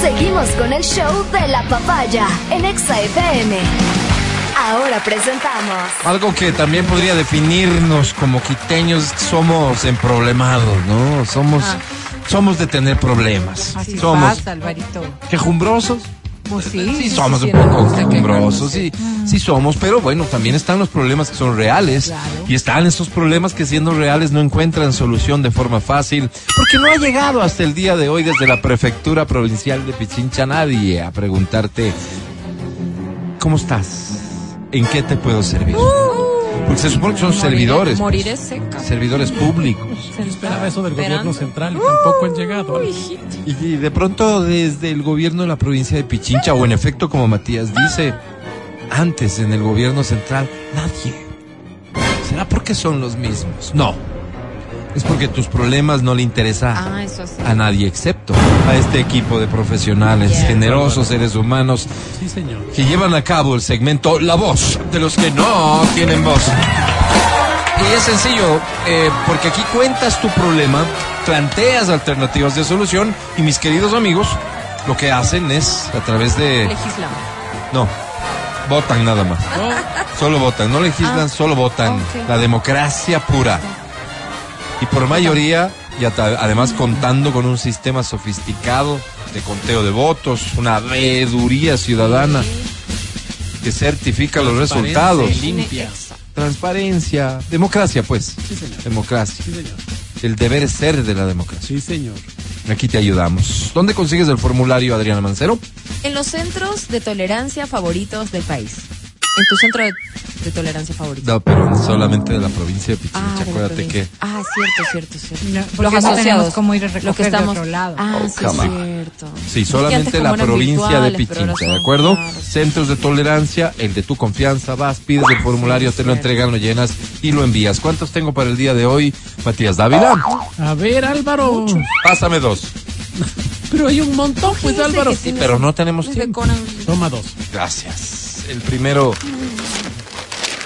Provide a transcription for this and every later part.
Seguimos con el show de la papaya en Exa FM. Ahora presentamos. Algo que también podría definirnos como quiteños, somos emproblemados, ¿no? Somos, Ah. somos de tener problemas. Así somos pasa, Alvarito. quejumbrosos. Pues sí, Sí, sí, somos sí, un poco sí, quejumbrosos, sí. sí, sí somos, pero bueno, también están los problemas que son reales Claro. y están esos problemas que siendo reales no encuentran solución de forma fácil, porque no ha llegado hasta el día de hoy desde la prefectura provincial de Pichincha nadie a preguntarte ¿Cómo estás? ¿En qué te puedo servir? Porque se supone que son servidores, Morir pues, es Uh. seca. servidores públicos. Yo esperaba eso del Esperando. gobierno central y tampoco han llegado. Uy, hijito. Y, y de pronto desde el gobierno de la provincia de Pichincha, o en efecto como Matías dice, antes en el gobierno central, nadie. ¿Será porque son los mismos? No. Es porque tus problemas no le interesa Ah, eso sí. a nadie excepto a este equipo de profesionales, Yeah. generosos seres humanos, Sí, señor. que llevan a cabo el segmento La Voz de los que no tienen voz. Y es sencillo, eh, porque aquí cuentas tu problema, planteas alternativas de solución y mis queridos amigos lo que hacen es a través de... Legislamos. No, votan nada más. Solo votan, no legislan, solo votan. Ah, ok. La democracia pura. Y por mayoría, y ata- además contando con un sistema sofisticado de conteo de votos, una veeduría ciudadana que certifica los resultados. Transparencia y Limpia. Exacto. Transparencia, democracia pues. Sí, señor. Democracia. Sí, señor. El deber ser de la democracia. Sí, señor. Aquí te ayudamos. ¿Dónde consigues el formulario, Adriana Mancero? En los centros de tolerancia favoritos del país. En tu centro de, de tolerancia favorito. No, pero solamente de la provincia de Pichincha. Ah, de la Acuérdate que provincia. Ah, cierto, cierto, cierto. No, porque no tenemos cómo ir a recoger de otro lado. Ah, Oh, sí, es come on. cierto. Sí, Es que antes solamente como la eran provincia de virtuales, pero ahora Pichincha, ¿de son- acuerdo? claro, sí. Centros de tolerancia, el de tu confianza, vas, pides el formulario, te lo entregan, lo llenas y lo envías. ¿Cuántos tengo para el día de hoy, Matías Dávila? A ver, Álvaro. Pásame dos. Pero hay un montón, Fíjese pues, que Álvaro. sí me- Pero no tenemos me tiempo. decoran. Toma dos. Gracias. El primero...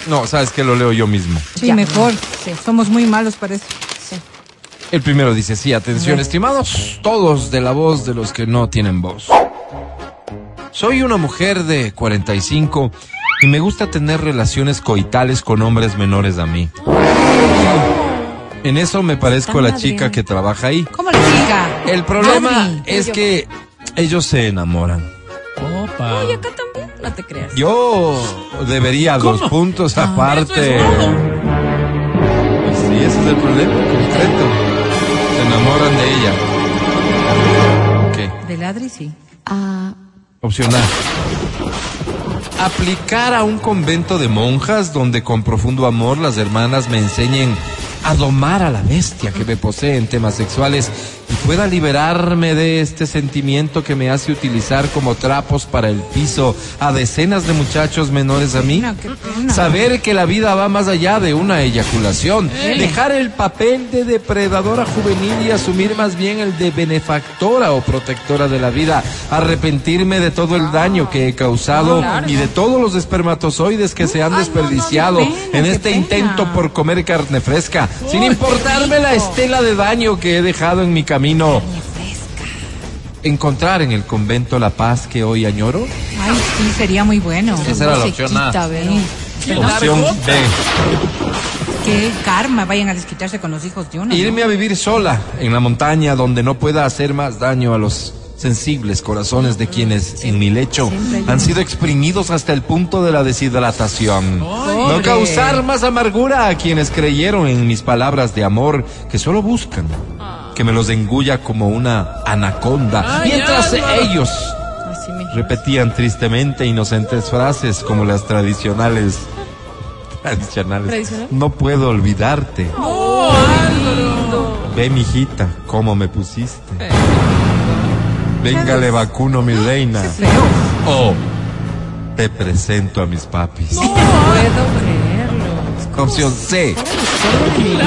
No, sabes que lo leo yo mismo. Sí, Ya. mejor. Sí. Somos muy malos para eso. Sí. El primero dice, sí, atención, estimados todos de la voz de los que no tienen voz. Soy una mujer de 45 y me gusta tener relaciones coitales con hombres menores a mí. En eso me parezco a la chica que trabaja ahí. ¿Cómo le diga? El problema Adri, es yo- que ellos se enamoran. Opa. Oye, acá también, no te creas. Yo debería dos ¿Cómo? Ah, puntos aparte. Eso es todo. Sí, ese es el problema concreto. Se enamoran de ella. Ok. Del Adri, sí. Ah, Opción A. Aplicar a un convento de monjas donde con profundo amor las hermanas me enseñen a domar a la bestia que me posee en temas sexuales y pueda liberarme de este sentimiento que me hace utilizar como trapos para el piso a decenas de muchachos menores a mí. No, qué pena. Saber que la vida va más allá de una eyaculación. Dejar el papel de depredadora juvenil y asumir más bien el de benefactora o protectora de la vida. Arrepentirme de todo el daño que he causado y de todos los espermatozoides que se han desperdiciado no, qué pena, en qué este pena. intento por comer carne fresca. sin importarme la estela de daño que he dejado en mi camino. Encontrar en el convento la paz que hoy añoro. Ay, sí, sería muy bueno. Esa era la opción A. musiquita, Vero. Sí. Opción B. Qué karma. Vayan a desquitarse con los hijos de uno. Irme a vivir sola en la montaña donde no pueda hacer más daño a los sensibles corazones de quienes en mi lecho han sido exprimidos hasta el punto de la deshidratación. No causar más amargura a quienes creyeron en mis palabras de amor que solo buscan que me los engulla como una anaconda, mientras ellos así me. repetían tristemente inocentes frases como las tradicionales. Tradicionales. ¿Tradicional? No puedo olvidarte. Ve, mijita, cómo me pusiste. Venga, le vacuno, mi reina. O te presento a mis papis. Puedo creerlo. Opción C.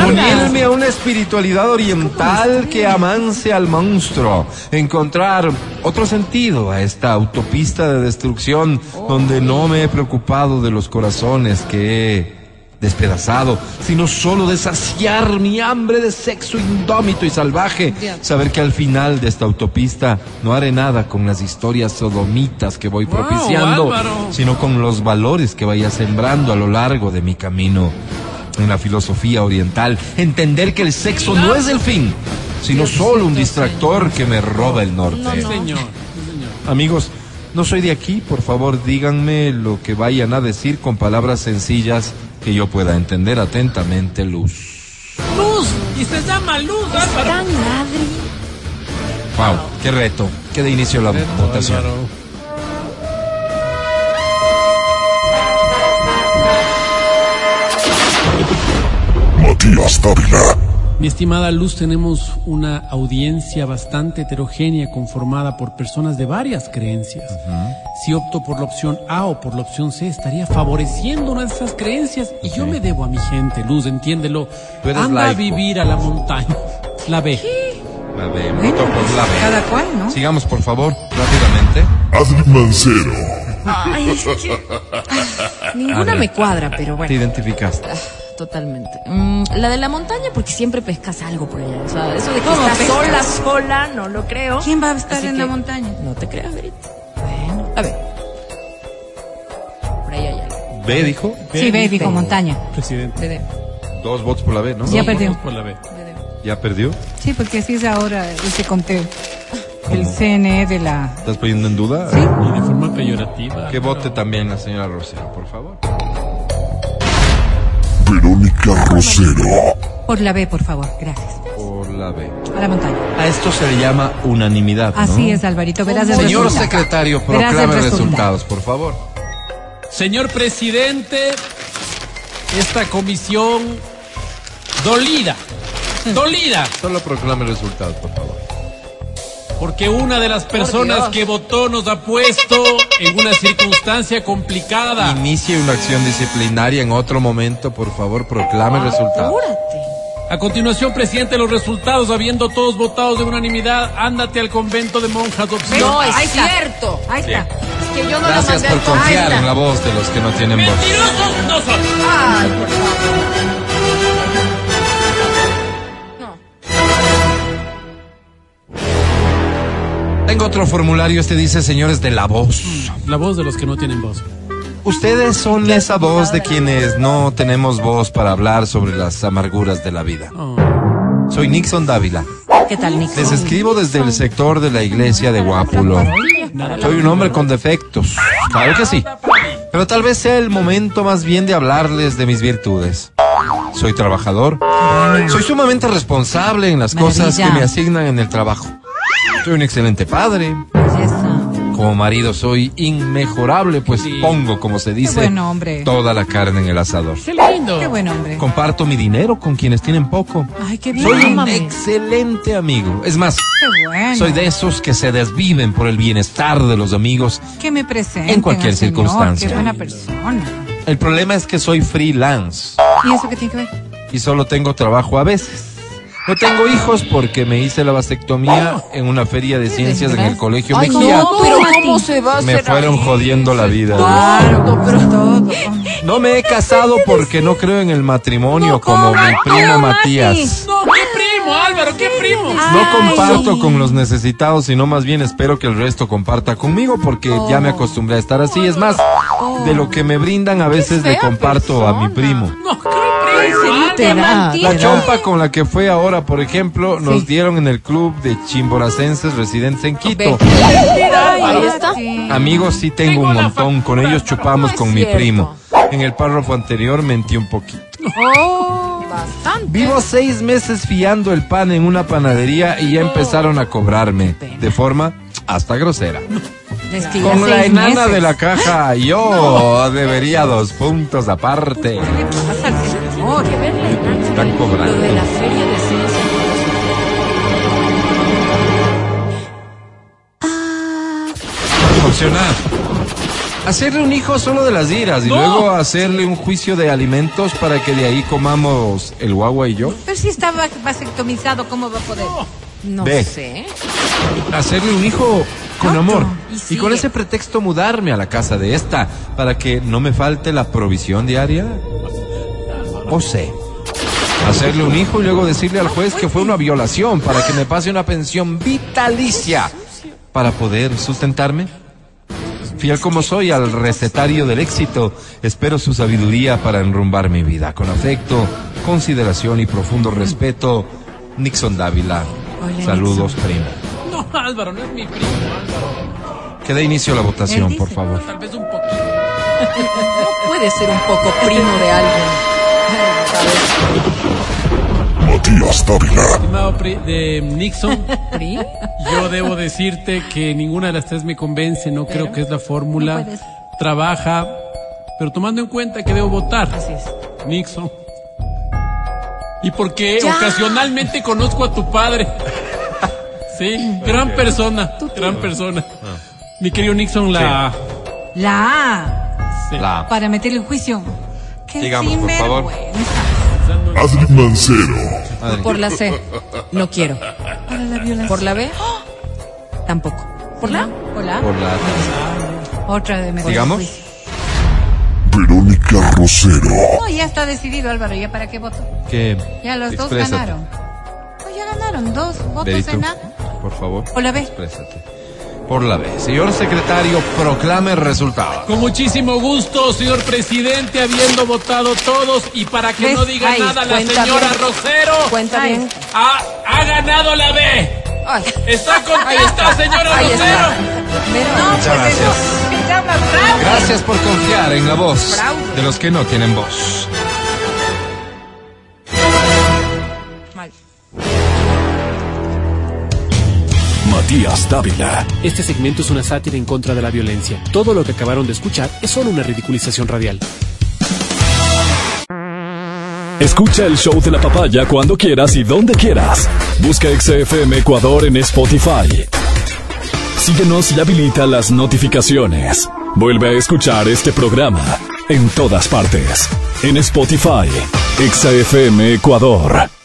Unirme a una espiritualidad oriental que amance al monstruo. Encontrar otro sentido a esta autopista de destrucción donde no me he preocupado de los corazones que he despedazado, sino solo de saciar mi hambre de sexo indómito y salvaje. Saber que al final de esta autopista no haré nada con las historias sodomitas que voy Wow, propiciando, Álvaro. sino con los valores que vaya sembrando a lo largo de mi camino. En la filosofía oriental, entender que el sexo no es el fin, sino solo un distractor que me roba el norte. Sí, señor. Amigos, no soy de aquí, por favor díganme lo que vayan a decir con palabras sencillas que yo pueda entender atentamente, Luz. Luz, y se llama Luz, Álvaro. Tan madre. Wow, qué reto. Que de inicio la votación. Álvaro. Matías Dávila, Mi estimada Luz, tenemos una audiencia bastante heterogénea conformada por personas de varias creencias. Si opto por la opción A o por la opción C, estaría favoreciendo una de esas creencias y yo me debo a mi gente, Luz, entiéndelo. Tú eres Anda a laico. vivir a la montaña. La B. La B, voto por la B. Cada cual, ¿no? Sigamos, por favor, rápidamente. Adri Mancero, Ay, es que- Ah, Ninguna me cuadra, pero Te bueno. identificaste. Ah, Totalmente. Mm, la de la montaña, porque siempre pescas algo por allá. O sea, eso de que ¿Cómo estás sola, pescas? sola, no lo creo. ¿Quién va a estar Así en la que montaña? No te creas, Verita. Bueno, a ver. Por ahí hay algo. Ah. B dijo. Sí, ve, dijo montaña. Presidente. Te debo, Dos votos por la B, ¿no? Ya perdió. Vamos por la B. te debo. Ya perdió. Sí, porque así es ahora ese conteo. El CNE de la... ¿Estás poniendo en duda? Y de forma peyorativa. Que vote también la señora Rosero, por favor. Verónica Rosero, Por la B, por favor. Gracias. Por la B. A la montaña. A esto se le llama unanimidad, ¿no? Así es, Alvarito. Verás el Señor resultado. secretario, Verás el proclame resultado. resultados, por favor. Señor presidente, esta comisión dolida. Dolida. Solo proclame resultados, por favor. Porque una de las personas que votó nos ha puesto en una circunstancia complicada. Ah. Inicie una acción disciplinaria en otro momento, por favor, proclame Ah, el resultado. A continuación, presidente, los resultados, habiendo todos votados de unanimidad, ándate al convento de monjas de opción. No, es Ahí está. cierto. Ahí está. Es que yo no la Gracias mandé por al- confiar Ay, en la voz de los que no tienen voz. ¡Mentirosos no son! Ay, por favor. No. Tengo otro formulario, este dice, señores, de la voz. La voz de los que no tienen voz. Ustedes son esa voz de quienes no tenemos voz para hablar sobre las amarguras de la vida. Oh. Soy Nixon Dávila. ¿Qué tal, Nico? Les escribo desde el sector de la iglesia de Guápulo. Soy un hombre con defectos. Claro que sí. Pero tal vez sea el momento más bien de hablarles de mis virtudes. Soy trabajador. Soy sumamente responsable en las cosas que Maravilla. me asignan en el trabajo. Soy un excelente padre. Como marido soy inmejorable, pues pongo, como se dice, buen hombre. toda la carne en el asador. ¡Qué lindo! Qué buen hombre. Comparto mi dinero con quienes tienen poco. Ay, qué bien. Soy un Mami. excelente amigo. Es más, Qué bueno. soy de esos que se desviven por el bienestar de los amigos. Que me presenten. En cualquier al señor, circunstancia. Qué buena persona. El problema es que soy freelance ¿Y eso qué tiene que ver? y solo tengo trabajo a veces. No tengo hijos porque me hice la vasectomía en en una feria de ciencias en el Colegio Ay, Mejía. no, pero ¿cómo se va a Me hacer fueron así? jodiendo la vida. Claro, pero todo. No me he casado porque no creo en el matrimonio como mi primo Matías. ¡No, qué primo, Álvaro, qué primo! No comparto con los necesitados, sino más bien espero que el resto comparta conmigo porque ya Oh. me acostumbré a estar así. Es más, de lo que me brindan a veces le fea comparto a mi persona. primo. ¡No, qué primo! Álvaro. La chompa con la que fue ahora, por ejemplo, nos dieron en el club de chimboracenses residentes en Quito. Ahí está. Ah, Amigos, sí tengo un montón. Con ellos chupamos No es con mi cierto. primo. En el párrafo anterior mentí un poquito. Oh, bastante. Vivo seis meses fiando el pan en una panadería y ya empezaron a cobrarme. De forma hasta grosera. Es que ya Con la seis enana meses. de la caja, yo debería dos puntos aparte. ¿Qué pasa al señor? que ver la enana. Están Lo de la cobrando. feria de ciencias. Opción A. Hacerle un hijo solo de las iras y No. luego hacerle un juicio de alimentos para que de ahí comamos el guagua y yo. Pero si está va- vasectomizado, ¿cómo va a poder? No Ve. sé. Hacerle un hijo con amor. Y Y, sigue. con ese pretexto mudarme a la casa de esta para que no me falte la provisión diaria. o C? Hacerle un hijo y luego decirle al juez que fue una violación para que me pase una pensión vitalicia para poder sustentarme. Fiel como soy al recetario del éxito, espero su sabiduría para enrumbar mi vida. Con afecto, consideración y profundo respeto, Nixon Dávila. Hola, Saludos, primo. No, Álvaro, no es mi primo, Álvaro. Que dé inicio a la votación, por favor. Tal vez un poquito. Puede ser un poco primo de alguien. Matías Dávila, Estimado pri- de Nixon, ¿Pri? yo debo decirte que ninguna de las tres me convence, no creo que es la fórmula. no puedes. Trabaja, pero tomando en cuenta que debo votar. Así es. Nixon. Y porque Ya. ocasionalmente conozco a tu padre. Sí, gran persona, gran persona. Mi querido Nixon, la... La sí. A, La para meterle en juicio. Qué Digamos, por favor. sinvergüenza. Adri Mancero, Por la C, no quiero. Para la violación. Por la B, tampoco. Por la A, Hola. por la Otra de meterle en Digamos. juicio. Verónica Rosero, No, ya está decidido, Álvaro. ¿Ya para qué voto? que Ya los dos exprésate. ganaron. No, ya ganaron. Dos votos Verito, en A. por favor. O la B. Exprésate. Por la B. Señor secretario, proclame el resultado. Con muchísimo gusto, señor presidente, habiendo votado todos y para que ¿Ves? no diga Ahí, nada la cuenta señora bien. Rosero, cuenta Ay. bien. ha, ha ganado la B. Ay, ¿Está contenta, señora ahí está. Rosero? Pero- Muchas gracias. Gracias por confiar en la voz de los que no tienen voz. Mal. Matías Dávila, Este segmento es una sátira en contra de la violencia. Todo lo que acabaron de escuchar es solo una ridiculización radial. Escucha el show de la papaya cuando quieras y donde quieras. Busca XFM Ecuador en Spotify. Síguenos y habilita las notificaciones. Vuelve a escuchar este programa en todas partes. En Spotify, XFM Ecuador.